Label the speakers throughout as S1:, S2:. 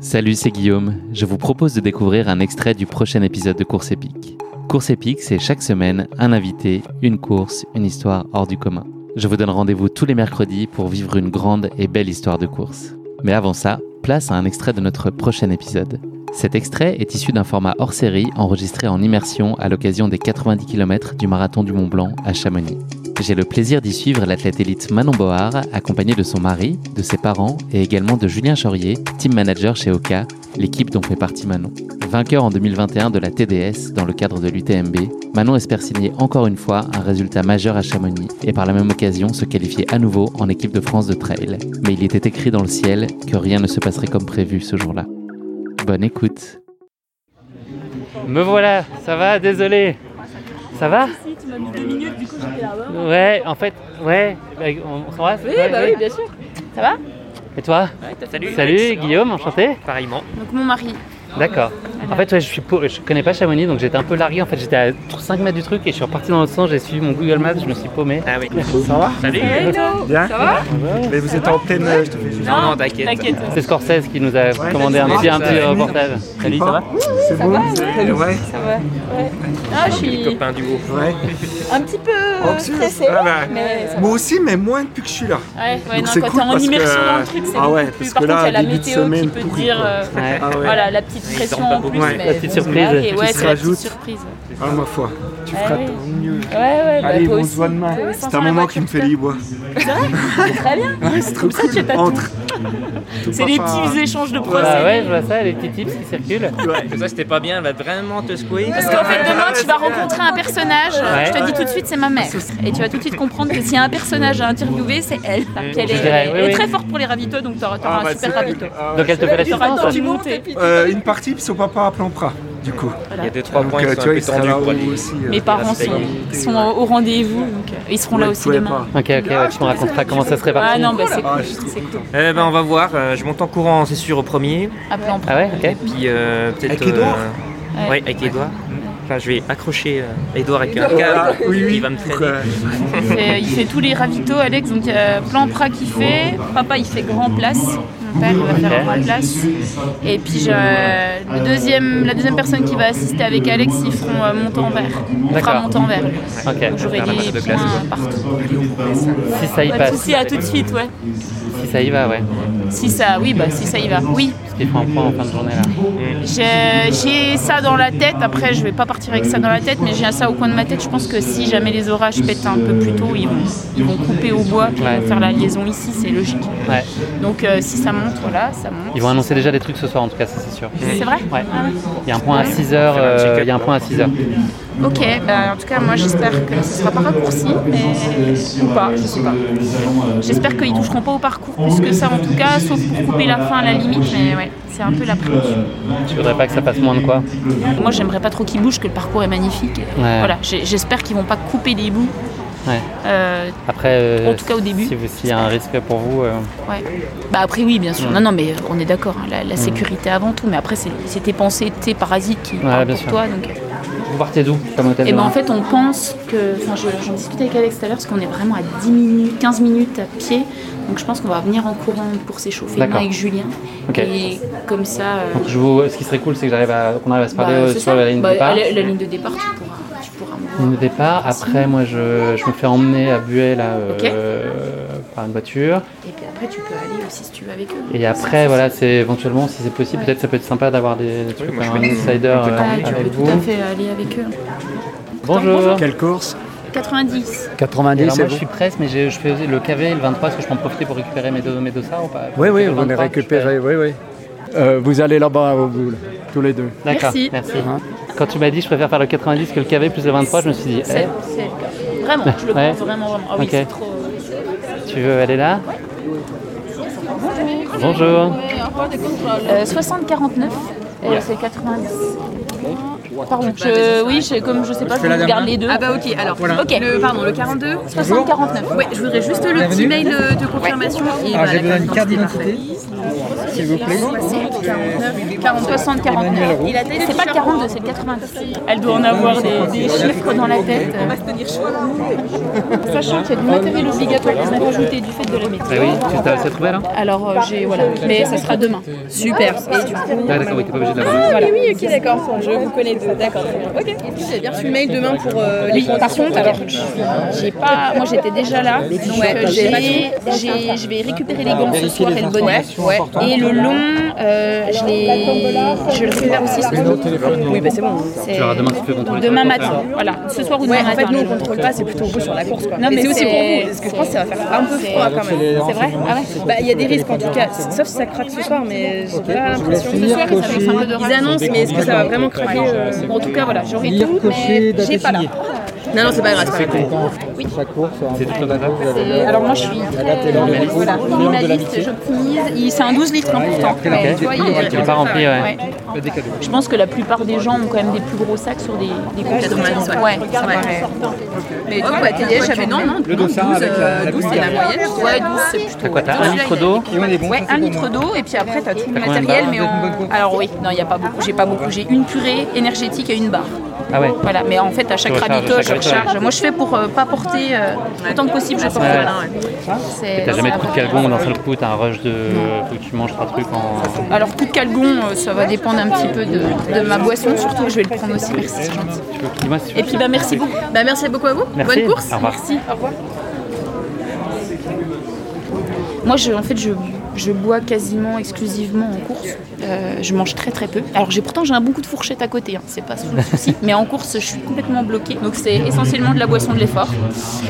S1: Salut, c'est Guillaume. Je vous propose de découvrir un extrait du prochain épisode de Course épique. Course épique, c'est chaque semaine un invité, une course, une histoire hors du commun. Je vous donne rendez-vous tous les mercredis pour vivre une grande et belle histoire de course. Mais avant ça, place à un extrait de notre prochain épisode. Cet extrait est issu d'un format hors série enregistré en immersion à l'occasion des 90 km du marathon du Mont Blanc à Chamonix. J'ai le plaisir d'y suivre l'athlète élite Manon Board, accompagnée de son mari, de ses parents et également de Julien Chaurier, team manager chez Oka, l'équipe dont fait partie Manon. Vainqueur en 2021 de la TDS dans le cadre de l'UTMB, Manon espère signer encore une fois un résultat majeur à Chamonix et par la même occasion se qualifier à nouveau en équipe de France de trail. Mais il était écrit dans le ciel que rien ne se passerait comme prévu ce jour-là. Bonne écoute. Me voilà, ça va, désolé. Ça va
S2: Si, tu m'as mis deux minutes, du coup j'étais là-bas.
S1: Ouais, en fait, ouais, bah, on, on s'en va
S2: Oui, bah oui, bien sûr. Ça va
S1: Et toi
S3: Salut.
S1: Salut Guillaume, enchanté.
S3: Pareillement.
S2: Donc mon mari.
S1: D'accord. En fait, ouais, je suis pauvre, je connais pas Chamonix, donc j'étais un peu largué. En fait, j'étais à 5 mètres du truc et je suis reparti dans l'autre sens. J'ai suivi mon Google Maps, je me suis paumé.
S3: Ah oui.
S4: Ça va
S3: Salut.
S2: Hello
S4: Bien
S2: Ça va
S4: Mais vous êtes en pleine. euh, Je te fais juste-
S3: Non, non, Ah, t'inquiète.
S2: T'inquiète.
S1: C'est Scorsese qui nous a commandé un
S4: ça
S1: petit,
S3: va,
S1: un
S3: ça
S1: petit
S3: va.
S1: reportage. Salut, ça va
S4: C'est bon
S2: va,
S4: Ouais.
S2: Ça va. Ouais. Ah, je
S3: Les
S2: suis
S3: copains du haut.
S4: Ouais.
S2: un petit peu euh,
S4: Anxieuse.
S2: stressée, Ah
S4: Ah bah,
S2: mais ça va.
S4: Moi aussi, mais moins depuis que je suis là.
S2: Ouais, ouais,
S4: Donc
S2: non,
S4: c'est
S2: quand
S4: cool
S2: t'es en
S4: parce que-
S2: immersion dans le truc, c'est
S4: Ah
S2: beaucoup
S4: ouais,
S2: plus.
S4: parce
S2: Par
S4: que
S2: contre,
S4: là,
S2: il y a la
S4: début de
S2: météo qui
S4: semaine
S2: peut te
S4: pourri,
S2: dire,
S4: quoi.
S2: euh,
S1: Ouais.
S4: Ah ouais.
S2: voilà, la petite
S3: Ils
S2: pression
S3: dorment
S2: en
S3: pas
S2: plus.
S3: beaucoup.
S4: Ouais.
S2: mais
S1: La petite
S2: bon,
S1: surprise.
S2: ok,
S1: Qui
S2: ouais,
S4: se
S2: c'est la petite
S4: rajoute.
S2: surprise.
S4: Ah, ma foi. Tu
S2: Ah
S4: feras
S2: oui.
S4: ton mieux.
S2: Ouais, ouais, bah,
S4: Allez,
S2: toi
S4: on
S2: aussi.
S4: se voit demain.
S2: Toi aussi,
S4: C'est
S2: sans la
S4: un moment
S2: voiture,
S4: qui me fait
S2: putain.
S4: libre.
S2: Très bien.
S4: Ouais, c'est trop
S2: Comme ça, tu
S4: cool.
S2: as tout.
S4: Entre.
S2: C'est des
S4: hein.
S2: petits échanges de procès.
S1: Bah ouais, je vois ça, les petits tips qui circulent.
S3: Comme ça, c'était pas bien, elle va vraiment te secouer.
S2: Parce qu'en fait, demain, tu vas rencontrer un personnage. euh,
S1: Ouais.
S2: Je te dis tout de suite, c'est ma mère. Et tu vas tout de suite comprendre que s'il y a un personnage à interviewer, c'est elle. Puis elle
S1: Je
S2: est,
S1: dirais, oui,
S2: elle est
S1: oui.
S2: très forte pour les ravitaux, donc t'auras
S4: Ah,
S2: t'auras
S4: bah,
S2: un super ravito.
S1: Donc elle te fait
S2: Tu auras
S1: l'assistance.
S2: une
S1: hein
S2: petite montée.
S4: Euh, Une partie, puis son papa à Plampra, du coup.
S3: Il y a deux, trois points qui
S4: euh,
S3: sont un peu
S4: sera
S3: tendus
S4: là
S3: pour
S4: où
S3: aller.
S4: aussi,
S2: Mes
S4: euh,
S2: parents sont, sont au au rendez-vous, donc euh, ils seront là
S4: vous
S2: aussi
S4: pouvez
S2: demain.
S1: Ok, ok, ouais, tu me raconteras comment ça se répartit.
S2: Ah non, bah c'est
S4: pas. Ah,
S2: cool,
S4: je suis trop
S2: c'est cool.
S4: content.
S3: Eh ben, on va voir. euh, je monte en courant, c'est sûr, au premier.
S2: Appelez en
S1: Ah ouais, ok.
S3: Puis euh, peut-être. euh,
S4: Avec Edouard
S2: Ouais.
S3: Ouais, avec Edouard. Enfin, je vais accrocher euh, Edouard avec un
S4: Voilà,
S3: câble.
S4: ah, Oui, oui.
S3: Il va me
S4: Donc,
S3: traîner.
S4: euh,
S2: Il fait, il fait tous les ravitaux, Alex. Donc, euh, plan pra qui fait. Papa, il fait grand place. Mon père, il va faire grand place. Et puis, je- le deuxième, la deuxième personne qui va assister avec Alex, ils feront euh, montant en vert. On
S1: D'accord.
S2: fera montant en vert. Donc,
S1: Ok,
S2: j'aurai
S3: Faire la
S2: des
S3: masse de
S2: points
S3: classe,
S2: partout.
S1: si ça y
S2: Pas de
S1: passe,
S2: soucis, à tout de suite, ouais.
S1: si ça y va, ouais.
S2: Si ça, oui, bah si ça y va. Oui,
S1: Parce qu'ils font un point en fin de journée là.
S2: j'ai j'ai ça dans la tête. Après, je vais pas partir avec ça dans la tête, mais j'ai ça au coin de ma tête. Je pense que si jamais les orages pètent un peu plus tôt, ils vont, ils vont couper au bois pour
S1: Ouais.
S2: faire la liaison ici, c'est logique.
S1: Ouais.
S2: Donc euh, si ça monte, voilà, ça monte.
S1: Ils vont annoncer déjà des trucs ce soir en tout cas, ça c'est sûr.
S2: C'est vrai
S1: Ouais.
S2: Ah
S1: Il y a un point à 6h. il y a un point à 6h.
S2: Ok, bah, en tout cas, moi j'espère que ce sera pas raccourci, mais ou pas, je sais pas. J'espère qu'ils toucheront pas au parcours plus que ça en tout cas, sauf pour couper la fin à la limite, mais ouais, c'est un peu la prévention.
S1: Tu voudrais pas que ça passe moins de quoi
S2: Moi j'aimerais pas trop qu'ils bougent, que le parcours est magnifique. Voilà, j'ai- j'espère qu'ils vont pas couper des bouts.
S1: Ouais.
S2: Euh,
S1: Après, euh,
S2: En tout cas, au début.
S1: Si vous- s'il y a un risque pour vous, euh,
S2: ouais. Bah après oui, bien sûr. Non, non, mais on est d'accord, hein, la,
S1: Mm.
S2: la sécurité avant tout, mais après c'est c'est tes pensées, tes parasites qui parlent
S1: bien
S2: pour
S1: sûr.
S2: toi, donc. euh.
S1: vous partez d'où comme hôtel
S2: Et ben
S1: demain
S2: en fait, on pense que. Enfin, je- j'en discutais avec Alex tout à l'heure parce qu'on est vraiment à 10 minutes, 15 minutes à pied. Donc je pense qu'on va venir en courant pour s'échauffer demain
S1: D'accord.
S2: avec Julien.
S1: Ok.
S2: Et comme ça. euh,
S1: Je vous- Ce qui serait cool, c'est que j'arrive à... qu'on arrive à se
S2: bah,
S1: parler euh,
S2: c'est
S1: sur
S2: ça.
S1: la ligne de
S2: Bah,
S1: départ.
S2: la- la ligne de départ, tu pourras, tu pourras me voir.
S1: Ligne de départ. Après, moi, je, je me fais emmener à Buet là,
S2: Ok.
S1: euh, par une voiture.
S2: Et puis après, tu peux aller aussi si tu veux avec eux.
S1: Et après, voilà, c'est éventuellement, si c'est possible,
S2: Ouais.
S1: peut-être ça peut être sympa d'avoir des, des trucs
S3: moi, je
S1: par un
S3: fais des-
S1: insider
S3: on peut
S1: euh,
S2: Ah,
S3: t'emmener,
S2: tu peux
S1: avec
S2: tout à
S1: vous.
S2: fait aller avec eux.
S1: Bonjour.
S5: Quelle course
S2: 90.
S5: 90,
S1: Alors moi
S5: c'est
S1: je suis presse mais j'ai- je fais le KV et le 23, est-ce que je peux en profiter pour récupérer mes deux, mes deux sards ou pas
S5: Oui, oui,
S1: Le
S5: on
S1: 23,
S5: est récupéré, oui, oui. Euh, vous allez là-bas au bout, là, tous les deux.
S1: je fais- D'accord,
S2: Merci.
S1: merci.
S5: Hein.
S1: Quand tu m'as dit je préfère faire le 90 que le KV plus le 23, je me suis dit, eh,
S2: C'est c'est le cas. Vraiment, je le
S1: Ouais.
S2: prends vraiment, vraiment. Ah oui,
S1: Ok.
S2: c'est trop.
S1: tu veux aller là Bonjour.
S2: Euh, 60-49, euh, c'est 90. Pardon, je, oui, je- comme je sais pas, je, regarde les deux.
S6: Ah bah ok, alors
S2: Ok.
S6: le, pardon, le 42.
S2: 60-49.
S6: Ouais, je voudrais juste le petit mail euh, de confirmation.
S2: Ah,
S6: Et voilà, la carte d'identité.
S2: 40, 60, 49. C'est pas le 42, c'est le 90. Elle doit en avoir des, des chiffres dans la tête. Sachant qu'il y a du matériel obligatoire qui sont rajouté du fait de la météo.
S1: Ah oui, tu t'as assez trouvé là
S2: Alors euh, j'ai voilà, mais ça sera demain. Super. Et du coup,
S1: Ah d'accord, oui, t'es pas obligé de l'avoir.
S6: Ah oui, oui, ok, d'accord. Je vous connais deux. D'accord. Ok. J'ai bien reçu le mail demain pour euh, les
S2: par contre, alors j'ai pas, moi j'étais déjà là, donc euh, j'ai, j'ai- je vais récupérer les gants ce soir et le bonnet. Et le long, euh, je, l'ai- je le récupère aussi ce soir.
S6: Oui, bah c'est bon.
S2: C'est-
S1: Tu auras demain, tu peux contrôler.
S2: Demain matin, voilà, ce soir ou demain
S6: Ouais, en
S2: matin.
S6: fait, nous on
S2: le long.
S6: contrôle pas, c'est plutôt vous sur la course. Quoi.
S2: Non, mais
S6: Et c'est aussi
S2: c'est-
S6: pour vous, parce que je pense que ça va faire un peu froid quand même.
S2: C'est vrai Ah ouais
S6: Bah, il y a des risques en tout cas, sauf si ça craque ce soir, mais j'ai pas l'impression.
S2: Ce soir, ça va être un peu de
S6: Ils
S2: rage.
S6: annoncent, mais est-ce que ça va vraiment craquer euh, En tout cas, voilà, j'aurais
S2: Lire,
S6: tout, mais j'ai pas là. Non, non, c'est pas grave, c'est pas grave.
S2: C'est- Alors moi je suis très euh, voilà, minimaliste, j'optimise. Il- C'est un 12 litres hein, pourtant. Mais, tu vois, il est-
S1: Il est pas rempli, ouais.
S2: Ouais. Je pense que la plupart des gens ont quand même des plus gros sacs sur des, des conteneurs. Ouais, c'est vrai.
S6: Mais toi, bah, TDH, j'avais non, non, non, 12, euh, 12 c'est la moyenne.
S2: Ouais, 12 c'est plutôt.
S1: T'as quoi T'as un litre d'eau
S2: Ouais, un litre d'eau et puis après t'as tout le
S1: combien de
S2: matériel mais en- alors oui non il y a pas beaucoup j'ai pas beaucoup j'ai une purée énergétique et une barre
S1: Ah ouais.
S2: voilà mais en fait à chaque
S1: Tu recharges,
S2: ravito je
S1: chaque ravito,
S2: recharge moi je fais pour euh, pas porter euh, autant que possible je porte
S1: Ouais.
S2: voilà. C'est-
S1: T'as jamais de coup de
S2: c'est-
S1: calgon d'un seul coup, t'as un rush de. Faut que tu manges trois trucs en.
S2: Alors coup de calgon, euh, ça va dépendre un petit peu de, de ma boisson, surtout je vais le prendre aussi, merci c'est gentil.
S1: Tu peux- Dis-moi si tu veux.
S2: Et puis bah merci beaucoup.
S6: Bah, merci beaucoup à vous.
S1: Merci.
S6: Bonne course.
S1: Au revoir.
S2: Merci, au revoir. Moi je, en fait je, je bois quasiment exclusivement en course. Euh, je mange très très peu. Alors j'ai pourtant j'ai un bon coup de fourchette à côté, hein, c'est pas ça le souci. Mais en course je suis complètement bloquée. Donc c'est essentiellement de la boisson de l'effort.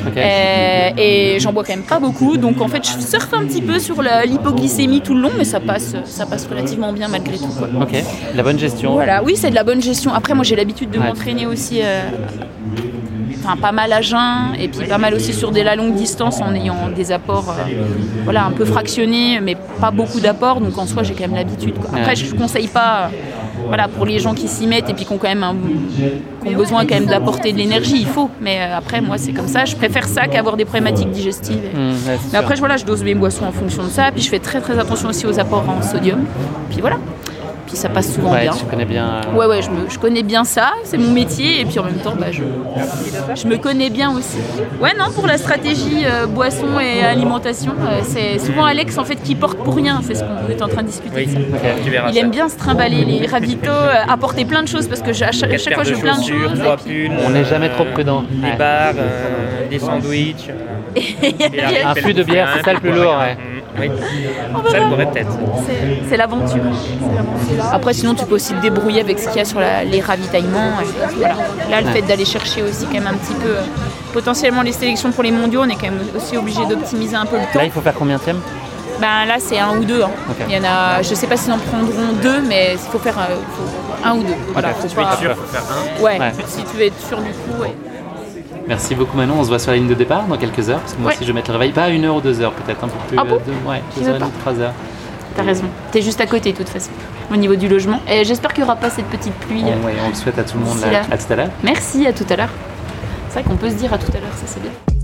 S1: Ok.
S2: Euh, et j'en bois quand même pas beaucoup, donc en fait je surfe un petit peu sur la- l'hypoglycémie tout le long, mais ça passe, ça passe relativement bien malgré tout. quoi.
S1: Ok, la bonne gestion.
S2: Voilà, oui, c'est de la bonne gestion. Après, moi, j'ai l'habitude de
S1: Ouais.
S2: m'entraîner aussi, euh, enfin, pas mal à jeun, et puis pas mal aussi sur des la longue distance en ayant des apports, euh, voilà, un peu fractionnés, mais pas beaucoup d'apports. Donc en soi, j'ai quand même l'habitude. quoi. Après,
S1: Ouais.
S2: je conseille pas, euh, voilà, pour les gens qui s'y mettent et puis qui ont quand même un- qui ont besoin quand même d'apporter de l'énergie, il faut. Mais euh, après, moi, c'est comme ça. Je préfère ça qu'avoir des problématiques digestives. et-
S1: Hum, ouais, c'est
S2: mais
S1: sûr.
S2: après, je- voilà, je dose mes boissons en fonction de ça. Puis je fais très très attention aussi aux apports en sodium. Puis voilà. Puis ça passe souvent
S1: Ouais,
S2: bien.
S1: tu connais bien. euh,
S2: Ouais, ouais, je, me- je connais bien ça, c'est mon métier, et puis en même temps, bah, je, je me connais bien aussi. Ouais, non, pour la stratégie euh, boisson et alimentation, euh, c'est souvent Alex en fait qui porte pour rien, c'est ce qu'on est en train de discuter.
S3: Oui,
S2: de ça.
S3: ok, tu verras
S2: Il
S3: ça.
S2: aime bien se trimballer les ravitos, euh, apporter plein de choses parce que je- à chaque, à
S3: Quatre
S2: chaque fois
S3: paires
S2: je
S3: de
S2: veux plein de
S3: chaussures,
S2: choses.
S3: trois pulls,
S1: On n'est jamais
S3: euh,
S1: trop prudent.
S3: Des
S1: Ouais.
S3: bars, euh, des sandwichs. euh, et la-
S1: Un flux de bière, c'est ça le plus lourd, ouais.
S3: Mm, Oui, ça pourrait peut-être.
S2: C'est- C'est l'aventure. Après, sinon, tu peux aussi te débrouiller avec ce qu'il y a sur la- les ravitaillements. et voilà. Là, le fait d'aller chercher aussi, quand même, un petit peu, euh, potentiellement les sélections pour les mondiaux, on est quand même aussi obligé d'optimiser un peu le temps.
S1: Là, il faut faire combien de
S2: Ben, là, c'est un ou deux. hein.
S1: Ok.
S2: Il y en a, je sais pas s'ils en prendront deux, mais il faut faire euh, faut- un ou deux. Voilà, faut
S3: Je
S2: pas-
S3: suis sûr, faut faire un.
S2: Ouais,
S1: Ouais.
S2: si tu veux être sûr du coup. ouais.
S1: Merci beaucoup Manon, on se voit sur la ligne de départ dans quelques heures, parce que moi
S2: Ouais.
S1: aussi je vais mettre le réveil, pas à une heure ou deux heures peut-être, un peu plus,
S2: Ah
S1: euh,
S2: bon
S1: deux, ouais,
S2: Je
S1: deux
S2: sais
S1: heures et
S2: pas.
S1: demie, trois heures.
S2: T'as raison. T'es juste à côté, de toute façon, au niveau du logement. Et j'espère qu'il n'y aura pas cette petite pluie.
S1: Bon, ouais, on le souhaite à tout le monde
S2: D'ici
S1: là.
S2: là.
S1: À tout à l'heure.
S2: Merci, à tout à l'heure. C'est vrai qu'on peut se dire à tout à l'heure, ça c'est bien.